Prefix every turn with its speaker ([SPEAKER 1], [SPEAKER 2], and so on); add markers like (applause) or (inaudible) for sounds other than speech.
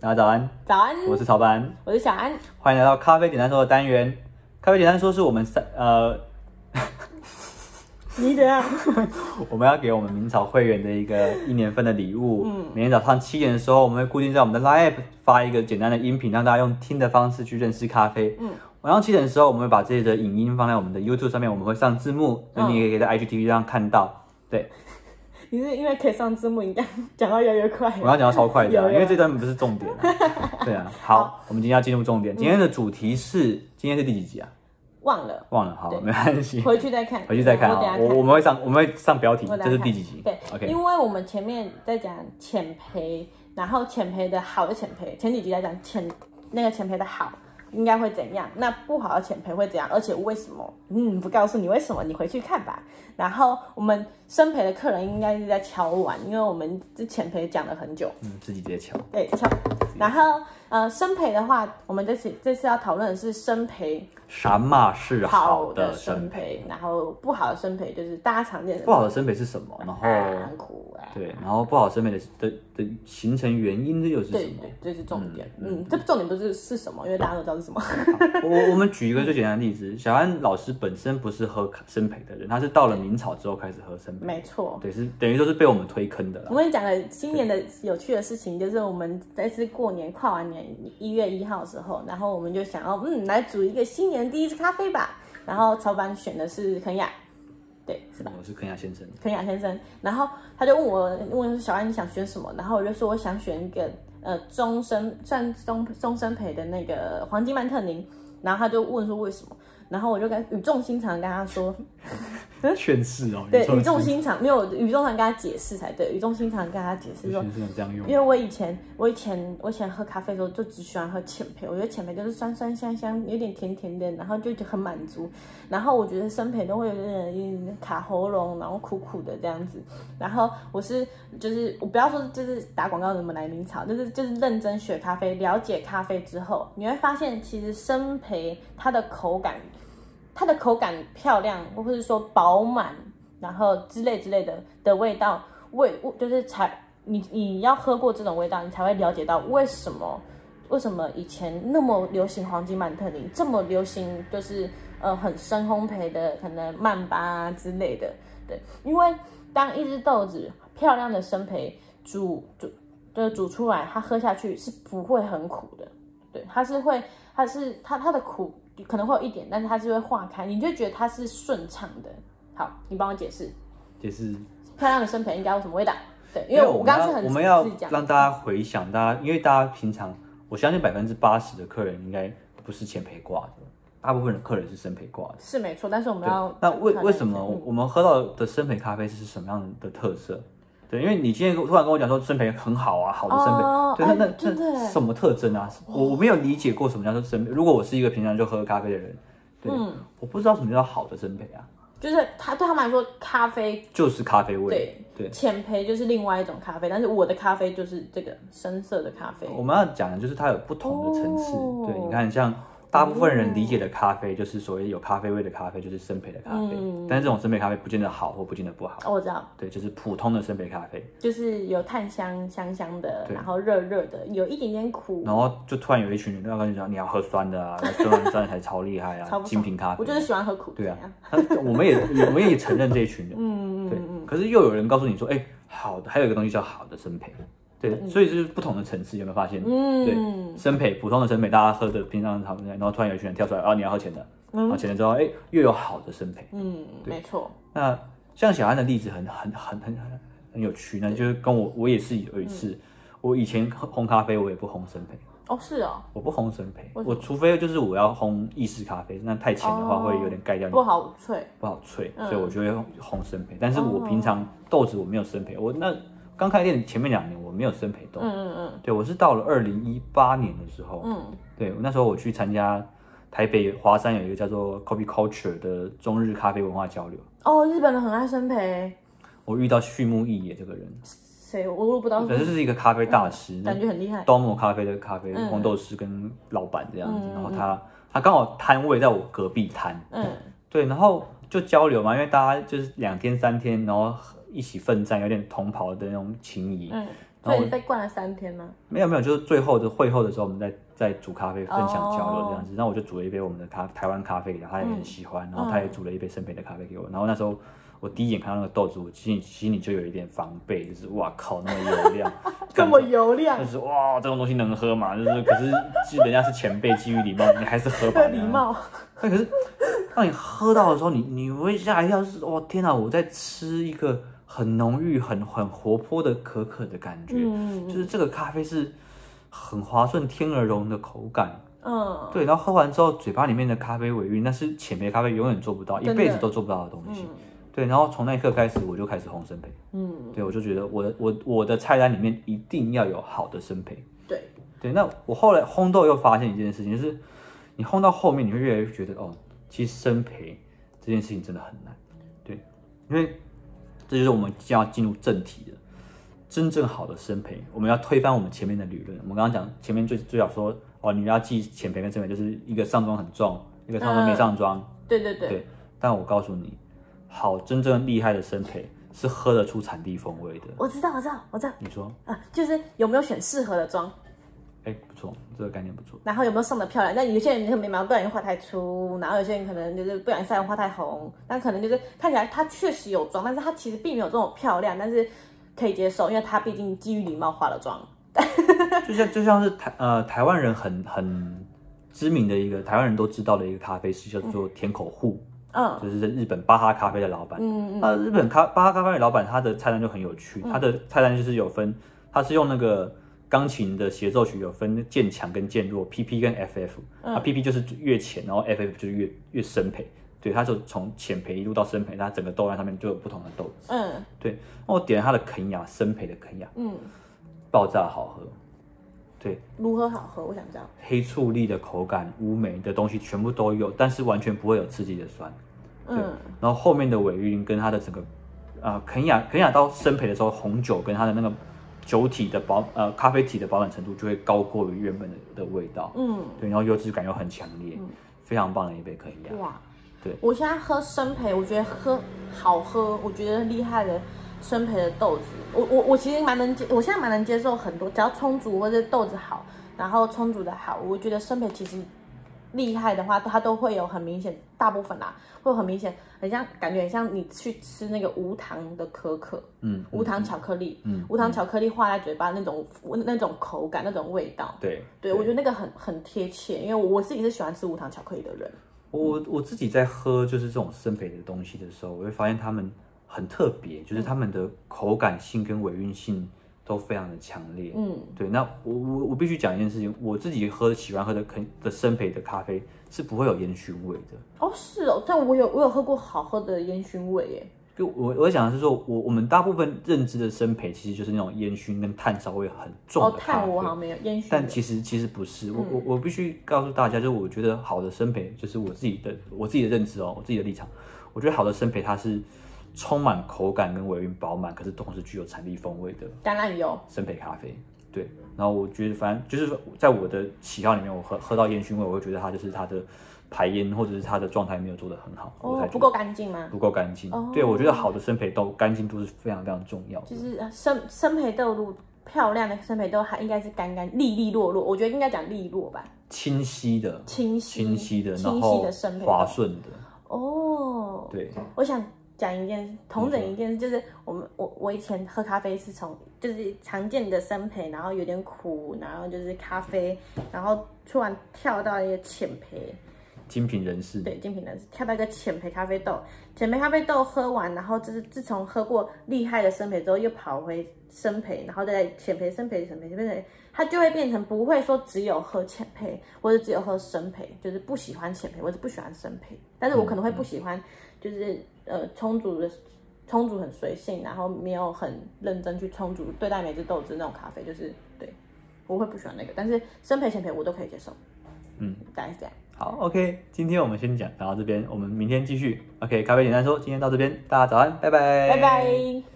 [SPEAKER 1] 大家早安，
[SPEAKER 2] 早安，
[SPEAKER 1] 我是曹班，
[SPEAKER 2] 我是小安。
[SPEAKER 1] 欢迎来到咖啡简单说的单元。咖啡简单说是我们三呃，
[SPEAKER 2] 你怎样？ (laughs)
[SPEAKER 1] 我们要给我们明朝会员的一个一年份的礼物。嗯，每天早上七点的时候，我们会固定在我们的 Live 发一个简单的音频，让大家用听的方式去认识咖啡。嗯，晚上七点的时候，我们会把这些的影音放在我们的 YouTube 上面，我们会上字幕，
[SPEAKER 2] 嗯
[SPEAKER 1] 那、你也可以在 IGTV 上看到。对，
[SPEAKER 2] 你是因为可以上字幕，你刚讲到越来越快了。
[SPEAKER 1] 我要讲到超快的啊、
[SPEAKER 2] 有有
[SPEAKER 1] 因为这段不是重点、
[SPEAKER 2] (laughs)
[SPEAKER 1] 啊。对啊，好，我们今天要进入重
[SPEAKER 2] 嗯
[SPEAKER 1] 点。今天的主题是，今天是第几集啊？
[SPEAKER 2] 忘了，
[SPEAKER 1] 忘了，好，
[SPEAKER 2] 对
[SPEAKER 1] 没关系，
[SPEAKER 2] 回去再看，
[SPEAKER 1] 回去再看
[SPEAKER 2] 我等
[SPEAKER 1] 啊
[SPEAKER 2] 下。看
[SPEAKER 1] 我我们会上我们会上标题
[SPEAKER 2] 我，等下
[SPEAKER 1] 这是
[SPEAKER 2] 看
[SPEAKER 1] 第几集？
[SPEAKER 2] 对
[SPEAKER 1] ，OK，
[SPEAKER 2] 因为我们前面在讲浅培，然后浅培的好的浅培，前几集在讲浅那个浅培的好应该会怎样，那不好的浅培会怎样，而且为什么？嗯，不告诉你为什么，你回去看吧。然后我们生培的客人应该是在敲碗，因为我们这浅培讲了很久。
[SPEAKER 1] 嗯，自己直接敲。
[SPEAKER 2] 对，敲。然后呃，生培的话，我们这次这次要讨论的是生培
[SPEAKER 1] 什么是好
[SPEAKER 2] 好
[SPEAKER 1] 的
[SPEAKER 2] 的
[SPEAKER 1] 生
[SPEAKER 2] 生
[SPEAKER 1] 培？
[SPEAKER 2] 培，然后不好的生培就是大家常见的
[SPEAKER 1] 不好的生培是什么？然
[SPEAKER 2] (laughs) 啊
[SPEAKER 1] 后
[SPEAKER 2] 苦啊，
[SPEAKER 1] 对，然后不好的生培的的的形成原因又是什
[SPEAKER 2] 对
[SPEAKER 1] 么？
[SPEAKER 2] 对，这是重点。嗯，这重点不是是什么，因为大家都知道
[SPEAKER 1] (laughs)
[SPEAKER 2] 是什么。
[SPEAKER 1] 我我我们举一个最简单的例
[SPEAKER 2] (laughs)
[SPEAKER 1] 子，小安老师本身不是喝生培的人，他是到了明朝之后开始喝生培，
[SPEAKER 2] 没错，
[SPEAKER 1] 对，是等于说是被我们推坑的啦
[SPEAKER 2] 我。跟你讲个今年的有趣的事情，就是我们这次过年跨完年一月一号的时候，然后我们就想要嗯来煮一个新年第一支咖啡吧。然后曹板选的是肯雅，对，是吧？
[SPEAKER 1] 我是坑下先
[SPEAKER 2] (laughs)
[SPEAKER 1] 生，
[SPEAKER 2] 肯雅啊先生，然后他就问我，问我说小安你想选什么？然后我就说我想选一个呃终身算终终身陪的那个黄金曼特宁，然后他就问说为什么？然后我就跟语重心长地跟他说，
[SPEAKER 1] 劝世哦，
[SPEAKER 2] 对，
[SPEAKER 1] 你
[SPEAKER 2] 语重
[SPEAKER 1] 说
[SPEAKER 2] (laughs)
[SPEAKER 1] 是
[SPEAKER 2] 心长，没有语重心长跟他解释才对，语重心长跟他解释说，
[SPEAKER 1] 劝世有这样用
[SPEAKER 2] 因为我以前，我以前，我以前喝咖啡的时候就只喜欢喝浅焙，我觉得浅焙就是酸酸香香，有点甜甜的，然后就觉得很满足。然后我觉得生焙都会有点有点卡喉咙，然后苦苦的这样子。然后我是就是我不要说就是打广告怎么来名草，就是就是认真学咖啡，了解咖啡之后，你会发现其实生焙它的口感，它的口感漂亮，或是说饱满，然后之类之类的的味道，味就是才你你要喝过这种味道，你才会了解到为什么为什么以前那么流行黄金曼特宁，这么流行就是呃很深烘焙的可能曼巴啊之类的，对，因为当一只豆子漂亮的生焙煮煮就是煮出来，它喝下去是不会很苦的，对，它是会它是它它的苦可能会有一点，但是它是会化开，你就觉得它是顺畅的。好，你帮我解释
[SPEAKER 1] 解释
[SPEAKER 2] 漂亮的生培应该有什么味道？对，因
[SPEAKER 1] 因为
[SPEAKER 2] 为
[SPEAKER 1] 我
[SPEAKER 2] 我
[SPEAKER 1] 们
[SPEAKER 2] 刚刚
[SPEAKER 1] 要
[SPEAKER 2] 是很
[SPEAKER 1] 我们要
[SPEAKER 2] 自己讲的
[SPEAKER 1] 让大家回想，大家因为大家平常我相信百分之八十的客人应该不是前陪挂的，大部分的客人是生陪挂的。
[SPEAKER 2] 是没错，但是我们
[SPEAKER 1] 对
[SPEAKER 2] 要，
[SPEAKER 1] 那为
[SPEAKER 2] 看
[SPEAKER 1] 为
[SPEAKER 2] 那
[SPEAKER 1] 什
[SPEAKER 2] 个
[SPEAKER 1] 么我们喝到的生培咖啡是什么样的特色？对，因为你今天突然跟我讲说生培很好啊，好的生培，
[SPEAKER 2] 哦
[SPEAKER 1] 对，那
[SPEAKER 2] 哎
[SPEAKER 1] 那
[SPEAKER 2] 真的
[SPEAKER 1] 那
[SPEAKER 2] 耶
[SPEAKER 1] 什么特征啊？我我没有理解过什么叫做生培。如果我是一个平常就喝咖啡的人，对，
[SPEAKER 2] 嗯
[SPEAKER 1] 我不知道什么叫好的生培啊，
[SPEAKER 2] 就是他对他们来说，咖啡
[SPEAKER 1] 就是咖啡味。对，
[SPEAKER 2] 浅焙就是另外一种咖啡，但是我的咖啡就是这个深色的咖啡。
[SPEAKER 1] 我们要讲的就是它有不同的层次。
[SPEAKER 2] 哦
[SPEAKER 1] 对，你看，像大部分人理解的咖啡，就是所谓有咖啡味的咖啡，就是生焙的咖啡。
[SPEAKER 2] 嗯
[SPEAKER 1] 但是这种生焙咖啡不见得好或不见得不好。
[SPEAKER 2] 哦，我知道，
[SPEAKER 1] 对，就是普通的生焙咖啡，
[SPEAKER 2] 就是有炭香香香的，
[SPEAKER 1] 对
[SPEAKER 2] 然后热热的，有一点点苦，
[SPEAKER 1] 然后就突然有一群人要跟你讲，你要喝酸的啊，酸的酸的才超厉害啊，
[SPEAKER 2] 超不爽
[SPEAKER 1] 精品咖啡
[SPEAKER 2] 我。就是喜欢喝苦。
[SPEAKER 1] 对啊
[SPEAKER 2] 怎样，
[SPEAKER 1] 他我们也我们也承认这一群人，嗯对。可是又有人告诉你说，哎、好的，还有一个东西叫好的生培，对，所以就是不同的层次，有没有发现？对，生培普通的生培，大家喝的平常好，然后突然有一群人跳出来，啊，你要喝钱的，然后钱了之后，哎、又有好的生培。
[SPEAKER 2] 嗯，没错，
[SPEAKER 1] 那像小安的例子很很很很很很有趣呢，就是跟我我也是有一次，我以前喝烘咖啡我也不烘生培，
[SPEAKER 2] 哦，是哦，
[SPEAKER 1] 我不烘生培，
[SPEAKER 2] 为什
[SPEAKER 1] 我除非就是我要烘意式咖啡，那太浅的话
[SPEAKER 2] 哦
[SPEAKER 1] 会有点盖掉你
[SPEAKER 2] 不好脆，
[SPEAKER 1] 不好萃，
[SPEAKER 2] 嗯哦
[SPEAKER 1] 所以我就会烘生培。但是我平常豆子我没有生培，我那刚开店前面两年我没有生培豆，
[SPEAKER 2] 嗯嗯嗯，
[SPEAKER 1] 对我是到了二零一八年的时候，嗯，对，那时候我去参加台北华山有一个叫做 Coffee Culture 的中日咖啡文化交流，
[SPEAKER 2] 哦，日本人很爱生培，
[SPEAKER 1] 我遇到畜牧一野这个人，
[SPEAKER 2] 谁我我不知道，
[SPEAKER 1] 反正就是一个咖啡大师，那
[SPEAKER 2] 感觉很厉害，
[SPEAKER 1] 刀磨咖啡的咖啡
[SPEAKER 2] 嗯
[SPEAKER 1] 红豆师跟老板这样子，然后他他刚好摊位在我隔壁摊，
[SPEAKER 2] 嗯，
[SPEAKER 1] 对，然后就交流嘛，因为大家就是两天三天，然后一起奋战，有点同袍的那种情谊。
[SPEAKER 2] 嗯所以你被灌了三天吗？
[SPEAKER 1] 没有没有，就是最后的会后的时候，我们在在煮咖啡，分享交流
[SPEAKER 2] 哦嗯
[SPEAKER 1] 这样子。那、我就煮了一杯我们的咖台湾咖啡给他，他也很喜欢，然后他也煮了一杯生焙的咖啡给我。然后那时候我第一眼看到那个豆子，我心里心里就有一点防备，就是哇靠，那么油亮，
[SPEAKER 2] (laughs) 这么油亮
[SPEAKER 1] 就，是哇这种东西能喝吗？就是可是基人家是前辈，基于礼貌，你还是喝吧。
[SPEAKER 2] (laughs) 礼貌。
[SPEAKER 1] 但可是当你喝到的时候，你你会吓一跳，就是哦天哪，我在吃一个很浓郁、很很活泼的可可的感觉，
[SPEAKER 2] 嗯
[SPEAKER 1] 就是这个咖啡是很滑顺、天鹅绒的口感。
[SPEAKER 2] 嗯，
[SPEAKER 1] 对，然后喝完之后，嘴巴里面的咖啡尾韵，那是浅焙咖啡永远做不到，一
[SPEAKER 2] 真的嗯
[SPEAKER 1] 辈子都做不到的东西。对，然后从那一刻开始，我就开始烘生焙。嗯，对，我就觉得我的我我的菜单里面一定要有好的生焙。
[SPEAKER 2] 对，
[SPEAKER 1] 对，那我后来烘豆又发现一件事情，就是你烘到后面，你会越来越觉得哦，其实生培这件事情真的很难。对，因为这就是我们将要进入正题了。真正好的生培，我们要推翻我们前面的理论。我们刚刚讲前面最最早说哦，你要记浅培跟深培，就是一个上妆很重，一个上妆没上妆。
[SPEAKER 2] 对对对，
[SPEAKER 1] 对，但我告诉你，好真正厉害的生培是喝得出产地风味的。
[SPEAKER 2] 我知道，我知道，我知道
[SPEAKER 1] 你说，
[SPEAKER 2] 啊，就是有没有选适合的妆，
[SPEAKER 1] 哎，不错，这个概念不错。
[SPEAKER 2] 然后有没有送的漂亮？那有些人可能眉毛不小心画太粗，然后有些人可能就是不小心腮红画太红，但可能就是看起来她确实有妆，但是她其实并没有这种漂亮，但是可以接受，因为她毕竟基于礼貌化了妆。
[SPEAKER 1] 就像就像是台呃台湾人很很知名的一个台湾人都知道的一个咖啡师叫做田口户，
[SPEAKER 2] 嗯
[SPEAKER 1] 就是日本巴哈咖啡的老板。
[SPEAKER 2] 嗯
[SPEAKER 1] 那日本咖巴哈咖啡的老板他的菜单就很有趣，他的菜单就是有分，他是用那个钢琴的协奏曲有分渐强跟渐弱，PP 跟 FF，啊
[SPEAKER 2] 嗯
[SPEAKER 1] PP 就是越浅，然后 FF 就是越越深培。对，他就从浅培一路到深培，它整个豆案上面就有不同的豆子。
[SPEAKER 2] 嗯
[SPEAKER 1] 对，那我点了他的肯雅深培的肯雅，
[SPEAKER 2] 嗯，
[SPEAKER 1] 爆炸好喝。对，
[SPEAKER 2] 如何好喝？我想知道。
[SPEAKER 1] 黑醋栗的口感、乌梅的东西全部都有，但是完全不会有刺激的酸。对，
[SPEAKER 2] 嗯
[SPEAKER 1] 然后后面的尾韵跟它的整个，呃，肯雅肯雅到生培的时候，红酒跟它的那个酒体的饱呃咖啡体的饱满程度就会高过于原本的的味道。
[SPEAKER 2] 嗯，
[SPEAKER 1] 对，然后优质感又很强烈，非常棒的一杯肯雅。
[SPEAKER 2] 哇，
[SPEAKER 1] 对
[SPEAKER 2] 我现在喝生培，我觉得喝好喝，我觉得厉害的生培的豆子，我我我其实蛮能接，我现在蛮能接受很多，只要冲煮或者豆子好，然后冲煮的好，我觉得生培其实厉害的话，它都会有很明显，大部分啦会有很明显，很像感觉很像你去吃那个无糖的可可，
[SPEAKER 1] 嗯，
[SPEAKER 2] 无糖巧克力，
[SPEAKER 1] 嗯
[SPEAKER 2] 无糖巧克力化在嘴巴那种那种口感那种味道。
[SPEAKER 1] 对，
[SPEAKER 2] 对，我觉得那个很很贴切，因为我自己是喜欢吃无糖巧克力的人。
[SPEAKER 1] 我我自己在喝就是这种生培的东西的时候，我会发现它们很特别，就是
[SPEAKER 2] 嗯
[SPEAKER 1] 它们的口感性跟尾韵性都非常的强烈。
[SPEAKER 2] 嗯，
[SPEAKER 1] 对。那我我我必须讲一件事情，我自己喝喜欢喝的肯的生培的咖啡是不会有烟熏味的。
[SPEAKER 2] 哦，是哦，但我有我有喝过好喝的烟熏味耶。
[SPEAKER 1] 就我我想的是说，我我们大部分认知的生培其实就是那种烟熏跟炭烧味很重
[SPEAKER 2] 哦，
[SPEAKER 1] 的咖
[SPEAKER 2] 炭
[SPEAKER 1] 啡。
[SPEAKER 2] 我好像没有烟熏
[SPEAKER 1] 但
[SPEAKER 2] 的。嗯
[SPEAKER 1] 其实其实不是，我我我必须告诉大家，就是我觉得好的生培，就是我自己的我自己的认知哦，我自己的立场，我觉得好的生培它是充满口感跟尾韵饱满，可是同时具有产地风味的
[SPEAKER 2] 橄榄油，
[SPEAKER 1] 生培咖啡。对，然后我觉得反正就是说在我的喜好里面，我喝喝到烟熏味，我会觉得它就是它的排烟或者是它的状态没有做得很好，我
[SPEAKER 2] 哦
[SPEAKER 1] 才，觉得
[SPEAKER 2] 不够干净吗？
[SPEAKER 1] 不够干净。
[SPEAKER 2] 哦
[SPEAKER 1] 对，我觉得好的生培豆干净度是非常非常重要的。
[SPEAKER 2] 就是呃生生培豆乳，漂亮的生培豆，它应该是干干利利落落，我觉得应该讲利落吧，
[SPEAKER 1] 清晰的、
[SPEAKER 2] 清晰
[SPEAKER 1] 清晰的，然
[SPEAKER 2] 清晰
[SPEAKER 1] 后
[SPEAKER 2] 的生培
[SPEAKER 1] 滑
[SPEAKER 2] 豆。
[SPEAKER 1] 顺的，
[SPEAKER 2] 哦，
[SPEAKER 1] 对。
[SPEAKER 2] 我想讲一件事，同整一件事，就是我们我我以前喝咖啡是从就是常见的生培，然后有点苦，然后就是咖啡，然后突然跳到一个浅培，
[SPEAKER 1] 精品人士，
[SPEAKER 2] 对，精品男子跳到一个浅焙咖啡豆，浅焙咖啡豆喝完，然后就是自从喝过厉害的生焙之后，又跑回生焙，然后再浅焙、生焙、浅焙、浅焙，它就会变成不会说只有喝浅焙，或者只有喝生焙，就是不喜欢浅焙，或者不喜欢生焙，但是我可能会不喜欢，就是呃充足的。充足很随性，然后没有很认真去充足对待每只豆子那种咖啡，就是对，我会不喜欢那个。但是生焙、浅焙我都可以接受，
[SPEAKER 1] 嗯，
[SPEAKER 2] 大概是这样。
[SPEAKER 1] 好，OK，今天我们先讲到这边，我们明天继续。OK，咖啡简单说，今天到这边，大家早安，拜拜，
[SPEAKER 2] 拜拜